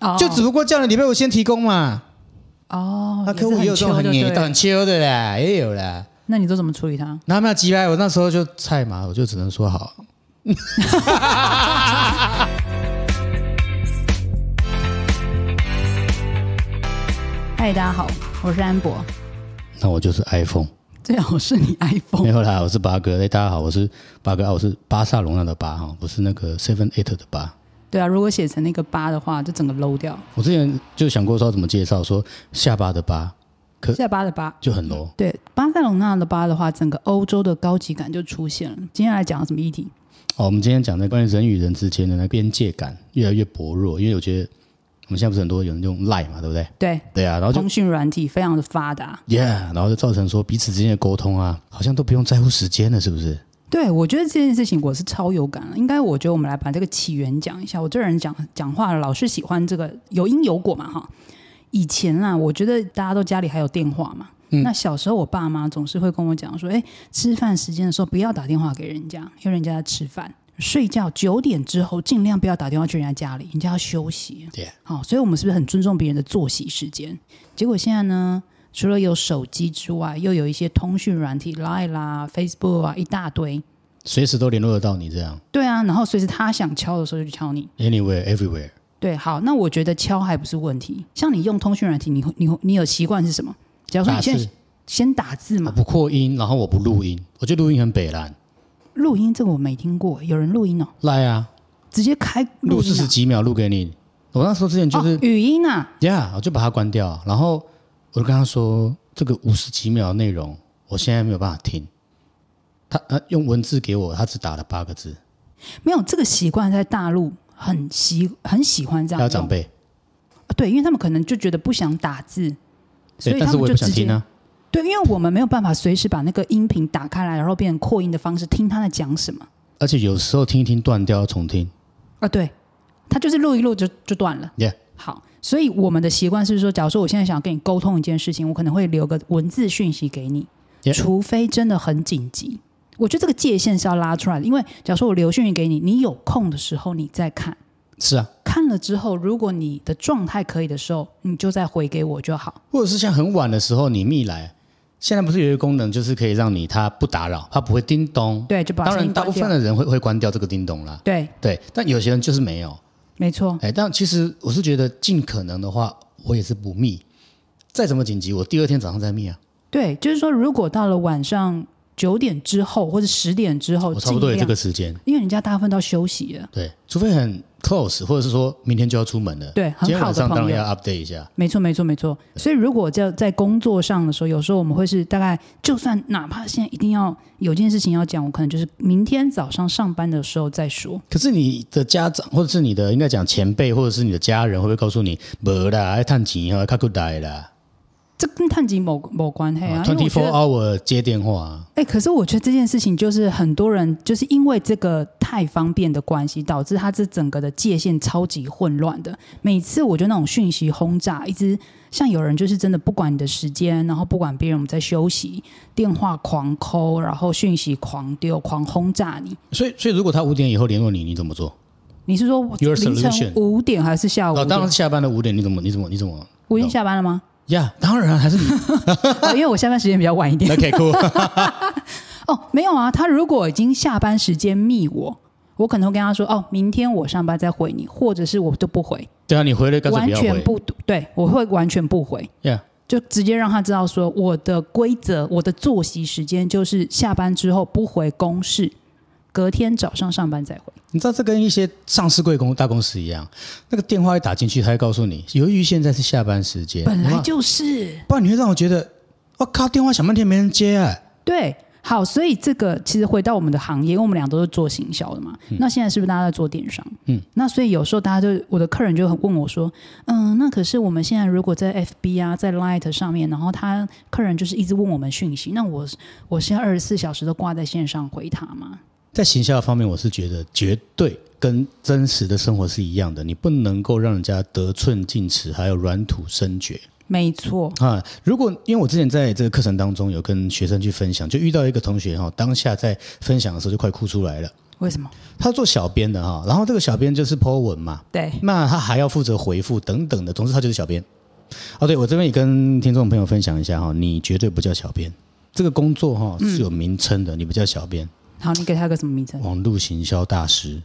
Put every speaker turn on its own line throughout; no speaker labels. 哦
就只不过叫你礼拜五先提供嘛。
哦，
那
也
客户
是
也有这种
秋
很
就
黏
对
的、很秋的啦，也有啦。
那你都怎么处理他？
然后没有急来，我那时候就菜嘛，我就只能说 好。
嗨，大家好，我是安博，
那我就是 iPhone，
最好是你 iPhone
没。有啦，我是八哥。哎、大家好，我是八哥啊，我是巴萨隆纳的八哈，不是那个 Seven Eight 的八。
对啊，如果写成那个八的话，就整个 low 掉，
我之前就想过说要怎么介绍，说下巴的八可
下巴的八。
就很 low。
对，巴塞隆纳的八的话，整个欧洲的高级感就出现了。今天来讲什么议题？
哦，我们今天讲的关于人与人之间的那边界感越来越薄弱，因为我觉得我们现在不是很多有人用 Line 嘛，对不对？
对，
对啊，然后就
通讯软体非常的发达。
Yeah，然后就造成说彼此之间的沟通啊，好像都不用在乎时间了，是不是？
对，我觉得这件事情我是超有感了。应该我觉得我们来把这个起源讲一下。我这人讲讲话老是喜欢这个有因有果嘛哈。以前啊，我觉得大家都家里还有电话嘛。那小时候我爸妈总是会跟我讲说，哎，吃饭时间的时候不要打电话给人家，因为人家在吃饭。睡觉九点之后尽量不要打电话去人家家里，人家要休息。
对
好，所以我们是不是很尊重别人的作息时间？结果现在呢，除了有手机之外，又有一些通讯软体，Line 啦、Facebook 啊，一大堆。
随时都联络得到你这样
对啊，然后随时他想敲的时候就去敲你。
，anywhere everywhere。
对，好，那我觉得敲还不是问题。像你用通讯软体，你你你有习惯是什么？假如说
打
你现
字
在先打字
我
嘛，
不扩音，然后我不录音，我觉得录音很北蓝。
录音这个我没听过，有人录音哦，
赖啊，
直接开
录
音、
四十
啊，
几秒录给你。我那时候之前就是
哦、语音啊，
，Yeah，我就把它关掉，然后我就跟他说，这个五十几秒的内容，我现在没有办法听。他呃用文字给我，他只打了八个字，
没有这个习惯在大陆很喜很喜欢这
还有
样哦
长
用、
辈，
啊对，因为他们可能就觉得不想打字，所
对，
以他
但是
们
我也
就
不想
直接
听啊。
对，因为我们没有办法随时把那个音频打开来，然后变成扩音的方式听他在讲什么
而且有时候听一听断掉，要重听。
啊，对，他就是录一录就就断了。
Yeah，
好，所以我们的习惯是说，假如说我现在想跟你沟通一件事情，我可能会留个文字讯息给你
Yeah
除非真的很紧急。我觉得这个界限是要拉出来的，因为假如说我留讯息给你，你有空的时候你再看，
是啊，
看了之后，如果你的状态可以的时候，你就再回给我就好。
或者是像很晚的时候你密来，现在不是有一个功能，就是可以让你它不打扰，它不会叮咚。
对，就把
当
声
然，
音
大
关
部分
掉。
的人会会关掉这个叮咚啦。
对，
对，但有些人就是没有。
没错，
哎，但其实我是觉得尽可能的话，我也是不密。再怎么紧急，我第二天早上再密啊。
对，就是说，如果到了晚上九点之后或者十点之后，
我差不多有
哦尽
这
量
个时间。
因为人家大部分都休息了。
对，除非很 close，或者是说明天就要出门了。
对
今
很
天
好
晚
的
上
朋
当然
友
要 update 一下。
没错，没错，没错。所以如果在在工作上的时候，有时候我们会是大概，就算哪怕现在一定要有件事情要讲，我可能就是明天早上上班的时候再说。
可是你的家长，或者是你的应该讲前辈，或者是你的家人，会不会告诉你，没啦，要探钱啊，卡库呆啦？
这跟探及某某关系啊，因为
Twenty
我觉
four
得，
哦 hour 接电话，
哎、可是我觉得这件事情就是很多人就是因为这个太方便的关系，导致他这整个的界限超级混乱的。每次我觉得那种讯息轰炸，一直像有人就是真的不管你的时间，然后不管别人我们在休息，电话狂抠，然后讯息狂丢，狂轰炸你。
所以所以如果他五点以后联络你，你怎么做？
你是说
Your
凌晨
solution
五点还是下午
哦，
五
当
点
然？是下班了五点，你怎么你怎么你怎么？
我已经下班 了吗？
呀、当然还是你
哦，因为我下班时间比较晚一点。
OK cool。
哦，没有啊，他如果已经下班时间密我，我可能会跟他说哦，明天我上班再回你，或者是我就不回，
对啊，你回来干脆
完
不要
全
回。
不对，我会完全不回，
呀、
就直接让他知道说我的规则，我的作息时间就是下班之后不回公事，隔天早上上班再回。
你知道这跟一些上市贵公大公司一样，那个电话一打进去，他会告诉你，由于现在是下班时间，
本
有没
来
有
就是。
不然你会让我觉得，我、靠，电话响半天没人接啊。
对，好，所以这个其实回到我们的行业，因为我们俩都是做行销的嘛。那现在是不是大家在做电商？
嗯，
那所以有时候大家就我的客人就很问我说，嗯，那可是我们现在如果在 FB 啊，在 Light 上面，然后他客人就是一直问我们讯息，那我我现在二十四小时都挂在线上回他吗？
在行销方面，我是觉得绝对跟真实的生活是一样的，你不能够让人家得寸进尺，还有软土生绝。
没错，
啊，如果因为我之前在这个课程当中有跟学生去分享，就遇到一个同学哈、当下在分享的时候就快哭出来了。
为什么？
他做小编的哈，然后这个小编就是 Po 文嘛，
对，
那他还要负责回复等等的，总之他就是小编。哦，对我这边也跟听众朋友分享一下哈，你绝对不叫小编，这个工作哈
嗯
是有名称的，你不叫小编，
好，你给他个什么名称？
网络行销大师，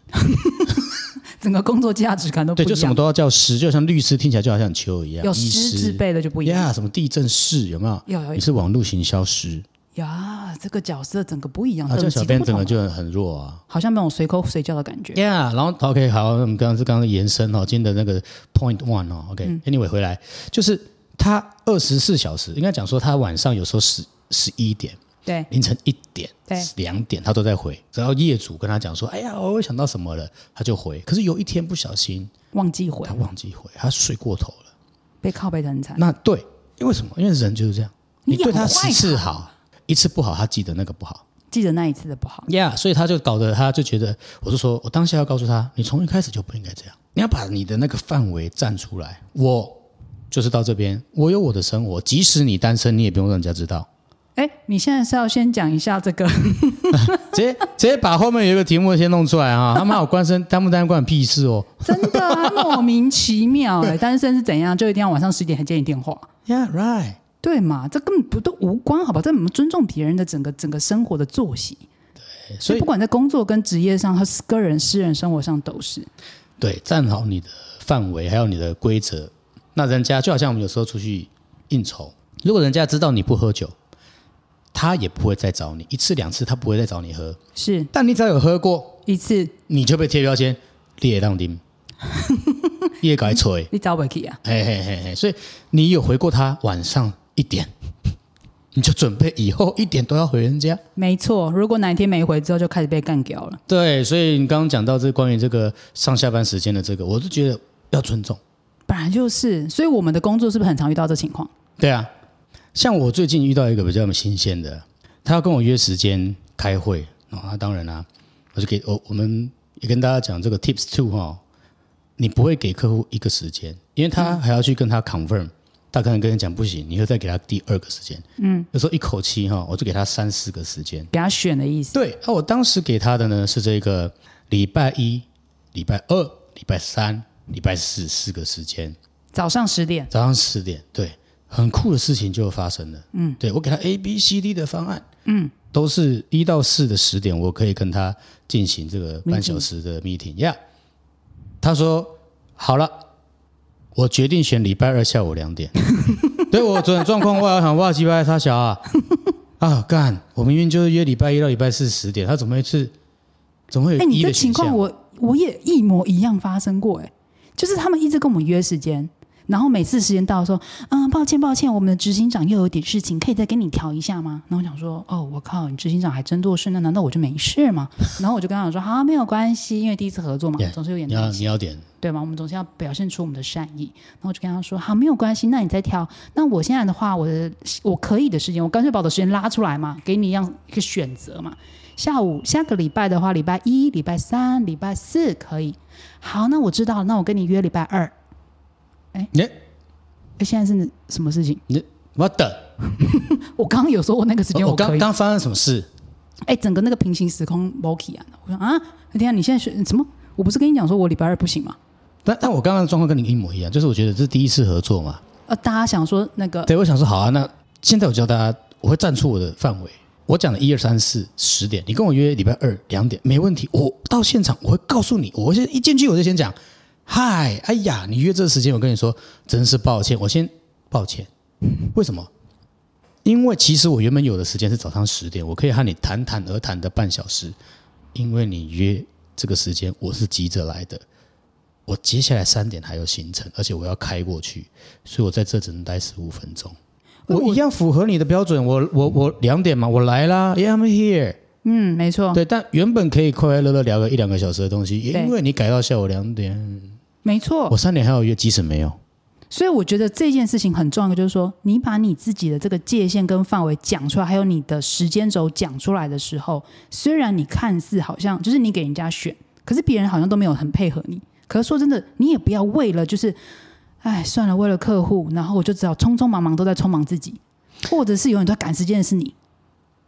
整个工作价值感都不
对，
一
就什么
样，
都要叫师，就像律师听起来就好像很秋一样，
有
医
师字
师
辈的就不一样。
呀，什么地震师有没有？
有有
你
有
是网络行销师，
呀，这个角色整个不一样，
啊，
等
叫
级
小
都
编
不
整
同
个
了
就很弱啊。
好像没有随口随叫的感觉。
Yeah，然后 OK，好，那我们刚刚是刚刚延伸哦，今天的那个 point one 哦，OK，Anyway、回来就是他二十四小时，应该讲说他晚上有时候十十一点、
对，
凌晨一点
对、
两点他都在回，只要业主跟他讲说，哎呀，我想到什么了，他就回。可是有一天不小心
忘记回
他，忘记回，他睡过头了。
被靠背的很惨。
那对，因为什么？因为人就是这样，
你
你对他
养坏
十次
他
好，一次不好，他记得那个不好。
记得那一次的不好，
呀所以他就搞得他就觉得，我就说我当下要告诉他，你从一开始就不应该这样，你要把你的那个范围站出来。我就是到这边，我有我的生活，即使你单身，你也不用让人家知道。
哎，你现在是要先讲一下这 个
直接直接把后面有一个题目先弄出来啊！他 妈我官身单不单身关你屁事哦！
真的啊、莫名其妙哎、单身是怎样？就一定要晚上十点还接你电话？
Yeah, right。
对嘛？这根本不都无关，好吧？这我们尊重别人的整个整个生活的作息，
所以
不管在工作跟职业上，和个人私人生活上都是。
对，站好你的范围，还有你的规则。那人家就好像我们有时候出去应酬，如果人家知道你不喝酒，他也不会再找你一次两次，他不会再找你喝。
是
但你只要有喝过，
一次
你就被贴标签，你也浪 丁，你也改吹，
你找不起啊？
嘿嘿嘿嘿。所以你有回过他晚上一点，你就准备以后一点都要回人家。
没错，如果哪一天没回之后，就开始被干掉了。
对，所以你刚刚讲到这关于这个上下班时间的这个，我是觉得要尊重。
本来就是，所以我们的工作是不是很常遇到这情况？
对啊，像我最近遇到一个比较新鲜的，他要跟我约时间开会，哦，那当然啦、我就给我我们也跟大家讲这个 tips two 哈、哦，你不会给客户一个时间，因为他还要去跟他 confirm，他可能跟你讲不行，你又再给他第二个时间，嗯，有时候一口气哈、我就给他三四个时间，
给他选的意思。
对，啊那我当时给他的呢是这个礼拜一、礼拜二、礼拜三、礼拜四四个时间，
早上十点，
早上十点，对，很酷的事情就发生了。嗯，对我给他 A、B、C、D 的方案，嗯，都是一到四的十点，我可以跟他进行这个半小时的 meeting。呀、他说好了，我决定选礼拜二下午两 点。对我昨天状况外，我想哇，鸡巴他小啊 啊干！我明明就是约礼拜一到礼拜四十点，他怎么会是怎么会
哎、
有
你
一
这
的
情
选
况
项？
我我也一模一样发生过、哎，就是他们一直跟我们约时间，然后每次时间到说，嗯，抱歉抱歉，我们的执行长又有点事情，可以再跟你调一下吗？然后我想说，哦，我靠，你执行长还真做事，那难道我就没事吗？然后我就跟他讲说，好、没有关系，因为第一次合作嘛
Yeah，
总是有点
你
担
要
心。
你要点
对吗？我们总是要表现出我们的善意。然后我就跟他说：“好，没有关系，那你再挑。那我现在的话，我的我可以的时间，我干脆把我的时间拉出来嘛，给你一样一个选择嘛。下午下个礼拜的话，礼拜一、礼拜三、礼拜四可以。好，那我知道了，那我跟你约礼拜二。
你
哎，现在是什么事情？
我等，
我刚刚有说我那个时间
哦我
可
刚
以。
刚发生什么事？
哎，整个那个平行时空 Moki 啊，我说啊，等一下你现在选什么？我不是跟你讲说我礼拜二不行吗？
但但我刚刚的状况跟你一模一样，就是我觉得这是第一次合作嘛。
呃，大家想说那个
对，我想说好啊，那现在我教大家，我会站出我的范围。我讲的一二三四十点，你跟我约礼拜二两点，没问题。我到现场我会告诉你，我先一进去我就先讲，嗨，哎呀，你约这个时间，我跟你说，真是抱歉，我先抱歉。为什么？因为其实我原本有的时间是早上十点，我可以和你谈谈而谈的半小时，因为你约这个时间，我是急着来的。我接下来三点还有行程，而且我要开过去，所以我在这只能待十五分钟。我一样符合你的标准，我我我两点嘛，我来啦，Yeah I'm here。
嗯，没错，
对，但原本可以快快乐乐聊个一两个小时的东西，
对
因为你改到下午两点，
没错
我。三点还有约，即使没有，
所以我觉得这件事情很重要，就是说，你把你自己的这个界限跟范围讲出来，还有你的时间轴讲出来的时候，虽然你看似好像就是你给人家选，可是别人好像都没有很配合你。可是说真的，你也不要为了就是，哎，算了，为了客户，然后我就只好匆匆忙忙都在匆忙自己，或者是永远都在赶时间的是你。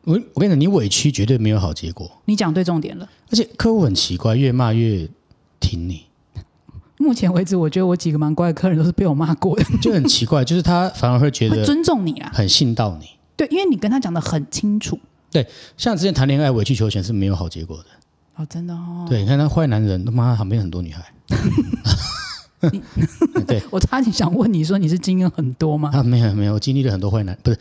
我我跟你讲，你委屈绝对没有好结果，
你讲对重点了。
而且客户很奇怪，越骂越挺你，
目前为止，我觉得我几个蛮乖的客人都是被我骂过的，
就很奇怪，就是他反而会觉
会
得
尊重你啊。
很信到你。
对，因为你跟他讲的很清楚。
像之前谈恋爱委曲求全是没有好结果的。
哦，真的哦，
对，你看那坏男人，他妈旁边很多女孩，
我差点想问你说你是经验很多吗？
啊，没有没有，我经历了很多坏男，不是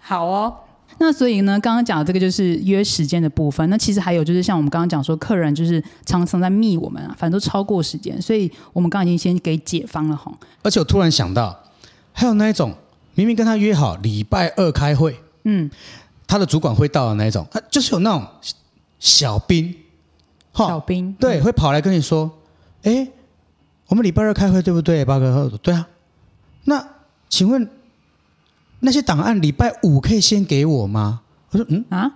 好哦。那所以呢，刚刚讲的这个就是约时间的部分。那其实还有就是像我们刚刚讲说，客人就是常常在密我们啊，反正都超过时间，所以我们刚刚已经先给解方了哈。
而且我突然想到，还有那一种明明跟他约好礼拜二开会，
嗯，
他的主管会到的那一种，啊，就是有那种小兵，
小
哈，
兵，
对，会跑来跟你说，哎，我们礼拜二开会对不对？八哥，对啊，那请问那些档案礼拜五可以先给我吗？我说，嗯，
啊，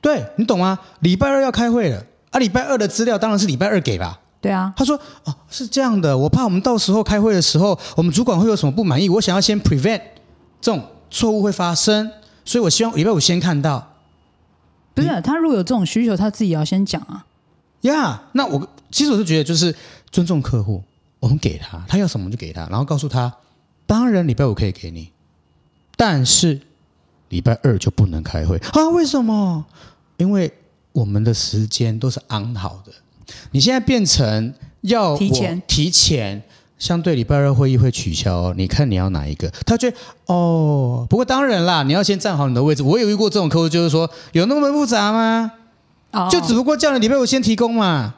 对你懂吗？礼拜二要开会了，啊，礼拜二的资料当然是礼拜二给吧。
对啊，
他说：“哦，是这样的，我怕我们到时候开会的时候，我们主管会有什么不满意，我想要先 prevent 这种错误会发生，所以我希望礼拜五先看到。
不是啊、他如果有这种需求，他自己也要先讲啊。
呀、yeah,，那我其实我是觉得就是尊重客户，我们给他，他要什么我们就给他，然后告诉他，当然礼拜五可以给你，但是礼拜二就不能开会啊？为什么？因为我们的时间都是安好的，你现在变成要我
提前
提前。相对礼拜二会议会取消哦，你看你要哪一个？他觉得哦，不过当然啦，你要先站好你的位置。我有遇过这种客户，就是说有那么复杂吗？
哦，
就只不过叫你礼拜五先提供嘛。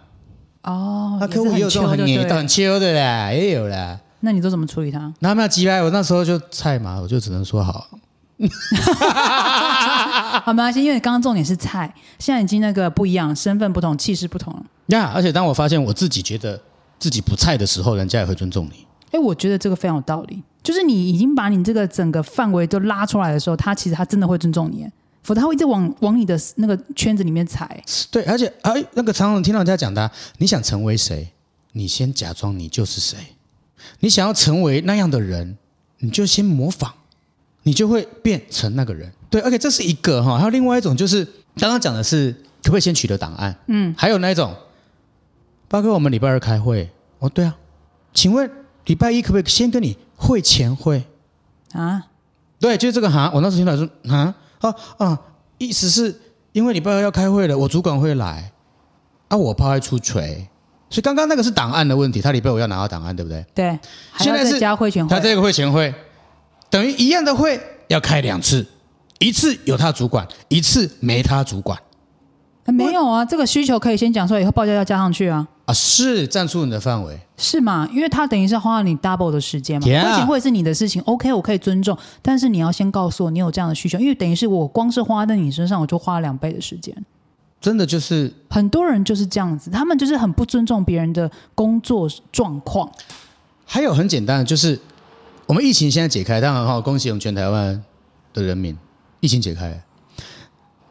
哦，
那
也
客户
是
也有这种
很 chill
很
就对
黏、
了
很秋的啦，也有啦。
那你都怎么处理他？
然后他们要急来，我那时候就菜嘛，我就只能说 好。
好，没关系，因为刚刚重点是菜，现在已经那个不一样，身份不同，气势不同了。
呀、而且当我发现我自己觉得自己不菜的时候，人家也会尊重你。
哎，我觉得这个非常有道理，就是你已经把你这个整个范围都拉出来的时候，他其实他真的会尊重你，否则他会一直往往你的那个圈子里面踩。
对，而且哎，那个常常听到人家讲的啊、你想成为谁，你先假装你就是谁；你想要成为那样的人，你就先模仿，你就会变成那个人。对，而且这是一个哈，还有另外一种就是刚刚讲的是可不可以先取得档案？嗯，还有那一种，八哥，我们礼拜二开会。哦，对啊，请问礼拜一可不可以先跟你会前会？
啊，
对，就是这个哈。我那时候听到说哈啊啊，意思是因为礼拜二要开会了，我主管会来，啊，我怕会出锤。所以刚刚那个是档案的问题，他礼拜五要拿到档案，对不对？
对，还
现
要
在
再
是
加会嗯前会
他，这个会前会，等于一样的会要开两次，一次有他主管，一次没他主管
哎没有啊，这个需求可以先讲出来，以后报价要加上去啊，
啊，是站出你的范围。
是吗？因为他等于是花了你 double 的时间嘛，会
Yeah
前会是你的事情，OK，我可以尊重，但是你要先告诉我你有这样的需求，因为等于是我光是花在你身上，我就花了两倍的时间。
真的就是
很多人就是这样子，他们就是很不尊重别人的工作状况。
还有很简单的，就是我们疫情现在解开，当然哈，恭喜我们全台湾的人民，疫情解开了。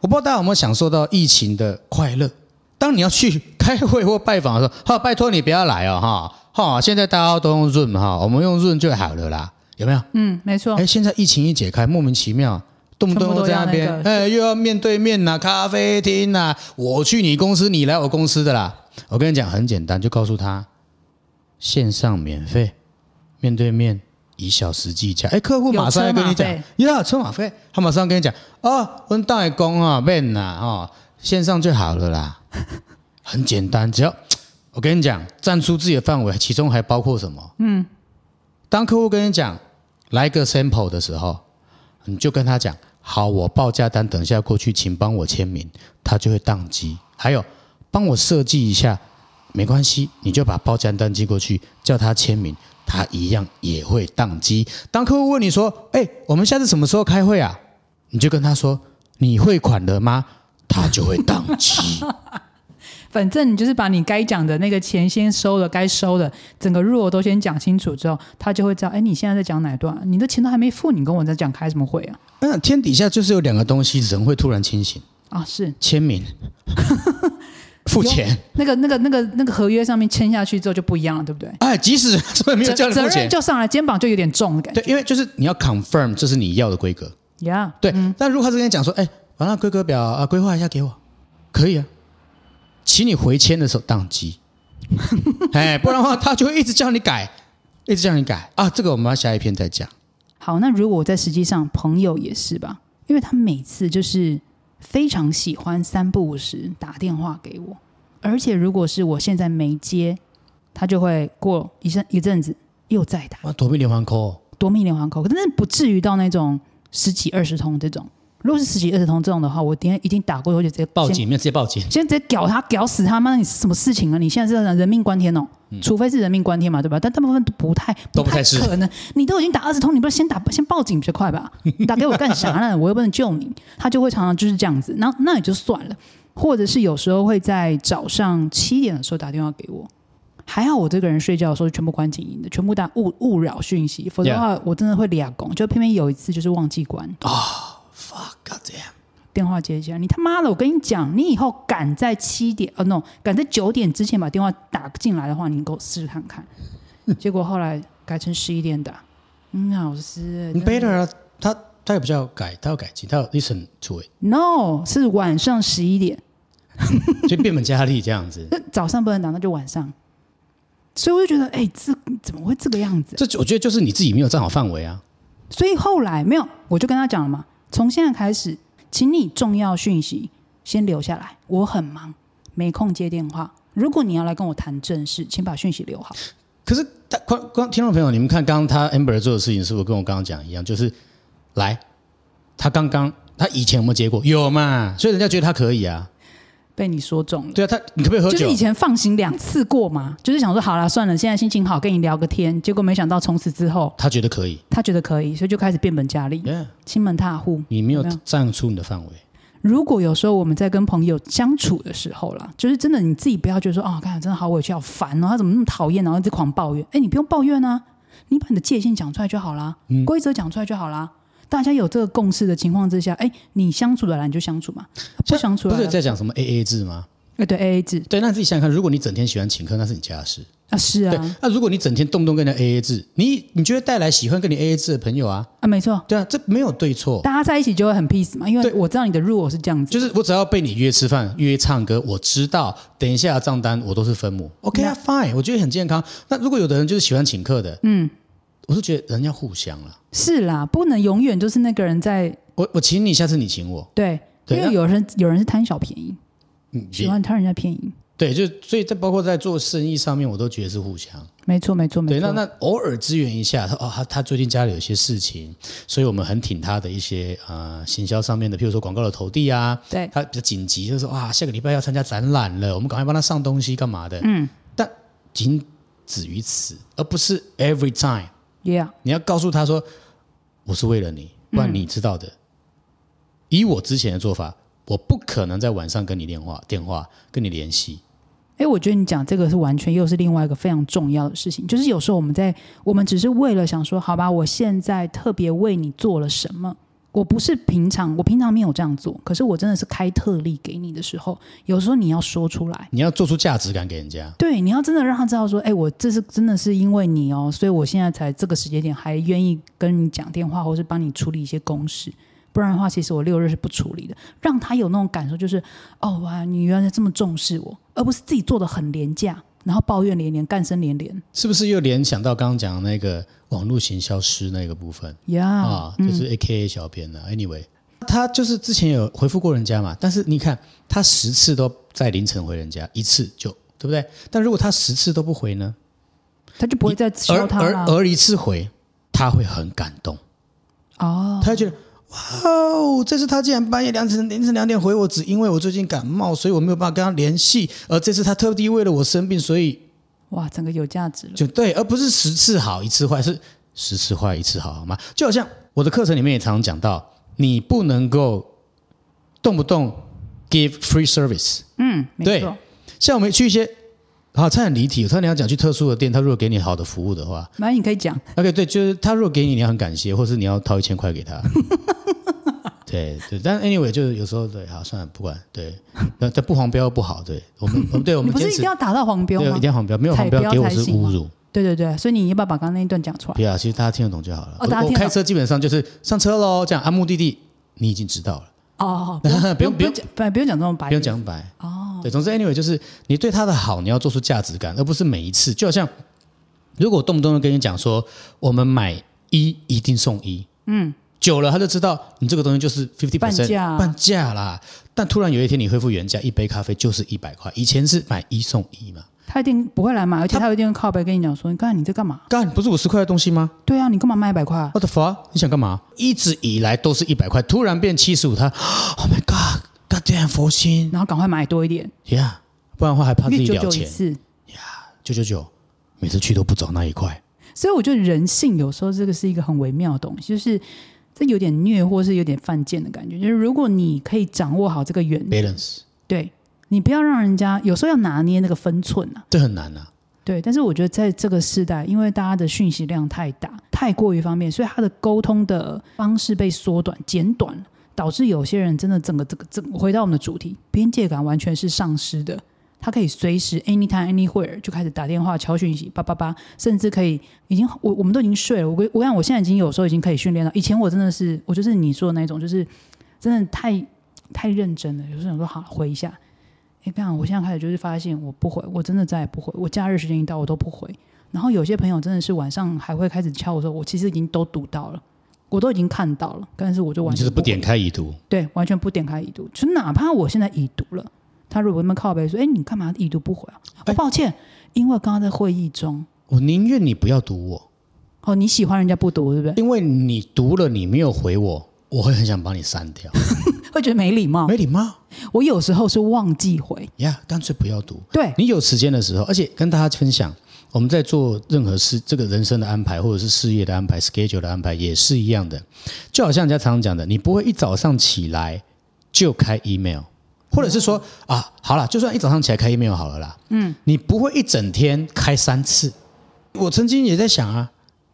我不知道大家有没有享受到疫情的快乐。当你要去开会或拜访的时候，哈，拜托你不要来哦，哈，哈，现在大家都用 Zoom 哈，我们用 Zoom 就好了啦，有没有？
嗯，没错
哎，，现在疫情一解开，莫名其妙，动不动
全部
又
都
在
要
那边
那，个
哎，又要面对面呐、咖啡厅呐、我去你公司，你来我公司的啦。我跟你讲，很简单，就告诉他，线上免费，面对面以小时计价。哎，客户马上要跟你讲
有车，
呀，车马费，他马上跟你讲，哦，温大爷公啊，面呐，哦，线上就好了啦， 很简单，只要我跟你讲，站出自己的范围，其中还包括什么？嗯，当客户跟你讲来个 sample 的时候，你就跟他讲，好，我报价单等一下过去，请帮我签名，他就会宕机。还有，帮我设计一下，没关系，你就把报价单寄过去，叫他签名，他一样也会宕机。当客户问你说，哎、我们下次什么时候开会啊？你就跟他说，你汇款了吗？他就会宕机。
反正你就是把你该讲的那个钱先收了，该收的整个 rule 都先讲清楚之后，他就会知道，哎，你现在在讲哪一段？你的钱都还没付，你跟我在讲开什么会啊？
嗯，天底下就是有两个东西，人会突然清醒：
啊，是
签名、 付钱。
那个那个那个那个合约上面签下去之后就不一样了，对不对？
哎，即使所以没有
责
叫你
责
付
任
钱，
就上来，肩膀就有点重的感觉。
对，因为就是你要 confirm 这是你要的规格，
，Yeah，
对，但如果他是跟你讲说，哎，把那规格表啊规划一下给我，可以啊，请你回签的时候宕 机，哎，不然的话他就会一直叫你改，一直叫你改啊，这个我们要下一篇再讲。
好，那如果我在实际上，朋友也是吧，因为他每次就是非常喜欢三不五时打电话给我，而且如果是我现在没接，他就会过一阵一阵子又再打，
哇，躲避连环扣，
夺命连环扣，但是不至于到那种十几二十通这种。如果是十几二十通这种的话，我一定已经打过去，我就直接
报
先
警，没有直接报警。
先直接屌他，屌死他！妈，你是什么事情啊？你现在是人命关天哦，除非是人命关天嘛，对吧？但大部分都不太，
嗯都不
太
太是
可能。你都已经打二十通，你不是先打先报警比较 快吧？打给我干啥呢？我又不能救你。他就会常常就是这样子，那那也就算了。或者是有时候会在早上七点的时候打电话给我，还好我这个人睡觉的时候全部关静音的，全部打勿勿扰讯息，否则的话我真的会俩拱。就偏偏有一次就是忘记关，
Fuck God damn！
电话接起来，你他妈的，我跟你讲，你以后敢在七点，哦 no，敢在九点之前把电话打进来的话，你给我试试看看。结果后来改成十一点打，嗯，老师
你 better 啊，他他也不叫改，他要改进，他要 listen to it，
，no，是晚上十一点，
就变本加厉这样子。
那早上不能打，那就晚上。所以我就觉得，哎、这怎么会这个样子？
这就我觉得就是你自己没有站好范围啊。
所以后来没有，我就跟他讲了嘛，从现在开始，请你重要讯息先留下来，我很忙，没空接电话。如果你要来跟我谈正事，请把讯息留好。
可是他观观听众朋友，你们看刚刚他 Amber 做的事情，是不是跟我刚刚讲一样？就是来，他刚刚他以前有没有接过？有嘛？所以人家觉得他可以啊。
被你说中了。
对啊，他你可不可以喝
就是
酒
以？前放行两次过嘛，就是想说好了算了，现在心情好跟你聊个天，结果没想到从此之后
他觉得可以
他觉得可以，所以就开始变本加厉，
，Yeah，
亲门踏户。
你没有
有没有
站出你的范围。
如果有时候我们在跟朋友相处的时候啦，就是真的你自己不要觉得说哦，看真的好委屈，好烦哦，他怎么那么讨厌，然后一直狂抱怨。哎，你不用抱怨啊，你把你的界限讲出来就好啦，
嗯
规则讲出来就好啦。大家有这个共识的情况之下，哎，你相处得来你就相处嘛，不相处
不
得
是
来
有在讲什么 AA 制吗？
哎对 A A 制
对，那你自己想想看，如果你整天喜欢请客，那是你家的事。
啊是
对
啊，
那如果你整天动不动跟人家 AA 制，你你就会带来喜欢跟你 AA 制的朋友啊。
啊没错，
对啊，这没有对错，
大家在一起就会很 peace 嘛，因为
对
我知道你的 rule 是这样子，
就是我只要被你约吃饭、约唱歌，我知道等一下的账单我都是分母。OK 啊，Fine，我觉得很健康。那如果有的人就是喜欢请客的，嗯，我是觉得人要互相了。
是啦，不能永远就是那个人在
我我请你，下次你请我，
对，
对
因为
那
有人有人是贪小便宜，
嗯，
喜欢贪人家便宜，
对，就所以在包括在做生意上面，我都觉得是互相。
没错没错没
对，那
错，
那偶尔支援一下，他哦，他他最近家里有些事情，所以我们很挺他的一些呃行销上面的，譬如说广告的投递啊，
对
他比较紧急，就是说啊，下个礼拜要参加展览了，我们赶快帮他上东西干嘛的。嗯，但仅止于此，而不是 every time。
，yeah，
你要告诉他说，我是为了你，不然你知道的。以我之前的做法，我不可能在晚上跟你电话电话跟你联系。
哎，我觉得你讲这个是完全又是另外一个非常重要的事情，就是有时候我们在我们只是为了想说，好吧，我现在特别为你做了什么。我不是平常，我平常没有这样做，可是我真的是开特例给你的时候，有时候你要说出来，
你要做出价值感给人家。
对，你要真的让他知道说，哎、我这是真的是因为你哦，所以我现在才这个时间点还愿意跟你讲电话，或是帮你处理一些公事。不然的话，其实我六日是不处理的，让他有那种感受，就是哦哇，你原来这么重视我，而不是自己做的很廉价，然后抱怨连连，干声连连
是不是又联想到刚刚讲的那个网络行销师那个部分
呀。
啊？
嗯
就是 A K A 小编了、Anyway，他就是之前有回复过人家嘛，但是你看他十次都在凌晨回人家，一次就对不对？但如果他十次都不回呢？
他就不会再
而
说他
而
了。
而一次回，他会很感动，
哦，
他会觉得。哇哦！这次他竟然半夜两点凌晨两点回我，只因为我最近感冒，所以我没有办法跟他联系。而这次他特地为了我生病，所以
哇，整个有价值了。
就对，而不是十次好一次坏，是十次坏一次好，好吗？就好像我的课程里面也常常讲到，你不能够动不动 give free service。
嗯，没
对
错。
像我们去一些，好，差点离题，我差点要讲去特殊的店，他如果给你好的服务的话
反正你可以讲，
，OK，对，就是他如果给你，你要很感谢，或是你要掏一千块给他。 对对，但 anyway 就是有时候对，好算了，不管对， 但但不黄标不好，对我们，我们对我
你
们
不是
坚
一
持
定要打到黄标
对，
吗
一定？要黄标，没有
彩
黄标
标
给我
才
是
行
侮
吗
辱。
对对对，所以你要不要把刚刚那一段讲出来
不？要，啊其实大家听得懂就好了。
哦
我
大家
我
听得
开
懂
车基本上就是上车喽，这样啊，目的地你已经知道了，
哦哦，
那
哦
不
不
用
用
不用
讲，不不用讲这么白，
不用讲白。
哦，
对，总之 anyway 就是你对他的好，你要做出价值感，而不是每一次。就好像如果我动不动的跟你讲说，我们买一一定送一，嗯，久了他就知道你这个东西就是 fifty
半价
半价啦。但突然有一天你恢复原价，一杯咖啡就是一百块，以前是买一送一嘛，
他一定不会来买，而且他一定会靠背跟你讲说，你刚才你在干嘛？
干不是五十块的东西吗
对啊，你干嘛卖一百块啊？
？What the fuck？你想干嘛？一直以来都是一百块，突然变七十五，他 Oh my God，God damn 佛心
然后赶快买多一点，
，Yeah，不然的话还怕
因
自
为
己
九
了
九一
钱，
次。
九九九，每次去都不找那一块。
所以我觉得人性有时候这个是一个很微妙的东西，就是这有点虐或是有点犯贱的感觉。就是如果你可以掌握好这个原理，
balance，
对你不要让人家有时候要拿捏那个分寸啊。
这很难啊。
对，但是我觉得在这个时代，因为大家的讯息量太大，太过于方便，所以他的沟通的方式被缩短、简短了，导致有些人真的整个这个整回到我们的主题，边界感完全是丧失的。他可以随时 anytime anywhere 就开始打电话、敲讯息，叭叭叭，甚至可以已经我我们都已经睡了。我跟我想，我现在已经有时候已经可以训练到，以前我真的是我就是你说的那种，就是真的太太认真了。有时候想说好回一下，哎，看我现在开始就是发现我不回，我真的再也不回。我假日时间一到，我都不回。然后有些朋友真的是晚上还会开始敲我说，我其实已经都读到了，我都已经看到了，但是我就完
你就
全
是不
回
点开已读，
对，完全不点开已读，就哪怕我现在已读了，他如果那么靠背说：“哎，你干嘛已读不回啊？”
哎
哦，抱歉，因为刚刚在会议中。
我宁愿你不要读我，
哦，你喜欢人家不读，对不对？
因为你读了你没有回我，我会很想把你删掉，
会觉得没礼貌
没。礼貌
我有时候是忘记回，
呀干脆不要读。
对
你有时间的时候，而且跟大家分享，我们在做任何事，这个人生的安排或者是事业的安排、schedule 的安排也是一样的。就好像人家常常讲的，你不会一早上起来就开 email，或者是说、啊，好啦，就算一早上起来开 email 好了啦，嗯，你不会一整天开三次。我曾经也在想啊，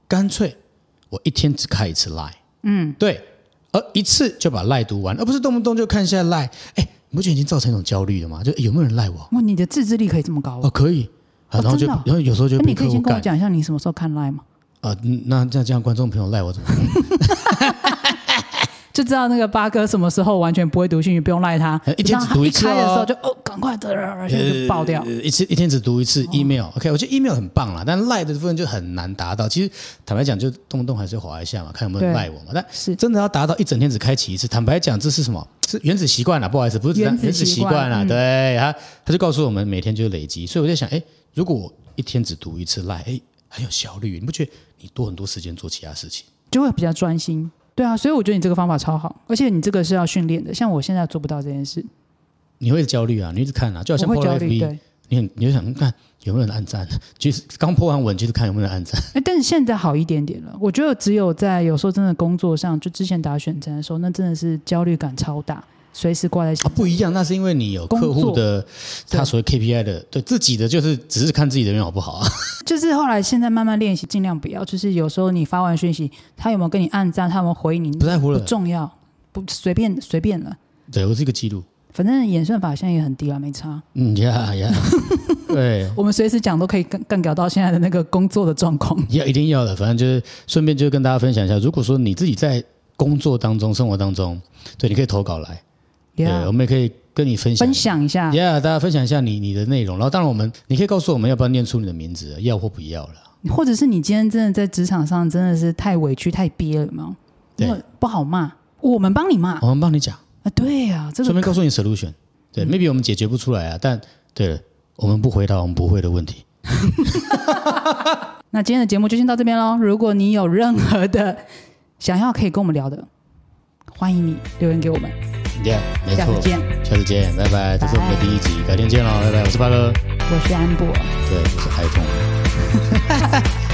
干脆我一天只开一次 line，嗯，对，而一次就把赖读完，而不是动不动就看一下赖。哎，你不觉得已经造成一种焦虑了吗？就有没有人赖我？
哇，哦你的自制力可以这么高
哦，
哦！
可以，啊
哦
然后就
真的哦
然后有时候就被
哎你可
客
以
户
先跟
干
我讲一下你什么时候看 Line 吗？
啊，嗯那这样这样观众朋友赖我怎么办？
就知道那个八哥什么时候完全不会读信息，不用赖他
哎。一天只
就
读一
当他一嗯
次
开的时
哦
候就哦，赶快的，然后 就爆掉哦
呃。一次一天只读一次 email。OK，我觉得 email 很棒啦，但赖的部分就很难达到。其实坦白讲，就动不动还是划一下嘛，看有没有人
对
赖我嘛。但
是
真的要达到一整天只开启一次，坦白讲，这是什么？是原子习惯啦，不好意思，不是
原子
原子习惯啦。
习惯嗯
对，他他就告诉我们每天就累积，所以我在想，哎，如果我一天只读一次赖，哎，很有效率，你不觉得你多很多时间做其他事情？
就会比较专心。对啊，所以我觉得你这个方法超好，而且你这个是要训练的。像我现在做不到这件事，
你会焦虑啊，你一直看啊，就好
我
像
会
PO
焦
了
虑。
FB，
对，
你很你就想看有没有人按赞， 就是刚破完文就是看有没有人按赞。
哎，但是现在好一点点了。我觉得只有在有时候真的工作上，就之前打选战的时候，那真的是焦虑感超大，随时挂在心
啊，。不一样，那是因为你有客户的他所谓 KPI 的，对自己的就是只是看自己的人好不 好啊。
就是后来现在慢慢练习，尽量不要。就是有时候你发完讯息，他有没有跟你按赞，他有没有回你，
不在乎了
不重要，不随便随便了。
对我是一个记录，
反正演算法现在也很低啊，没差。
嗯呀呀， 对，
我们随时讲都可以更更搞到现在的那个工作的状况。
要一定要的，反正就是顺便就跟大家分享一下，如果说你自己在工作当中、生活当中，对，你可以投稿来，对，
Yeah，
我们也可以跟你分享
分。享一下。
Yeah，大家分享一下你你的内容，然后当然我们你可以告诉我们要不要念出你的名字，要或不要了。
或者是你今天真的在职场上真的是太委屈、太憋了，有没有？
对哦
因为不好骂，我们帮你骂
我们帮你讲。
啊！对呀、这
顺
个嗯
便告诉你 solution。对、m a y b e 我们解决不出来啊，但对了，我们不回答我们不会的问题。
那今天的节目就先到这边喽。如果你有任何的想要可以跟我们聊的，欢迎你留言给我们。
Yeah，没
下次
错。
见，
下次见，拜拜。这是我们的第一集，改天见喽，拜拜。我是八哥，
我是安博。
对，我是 iPhone。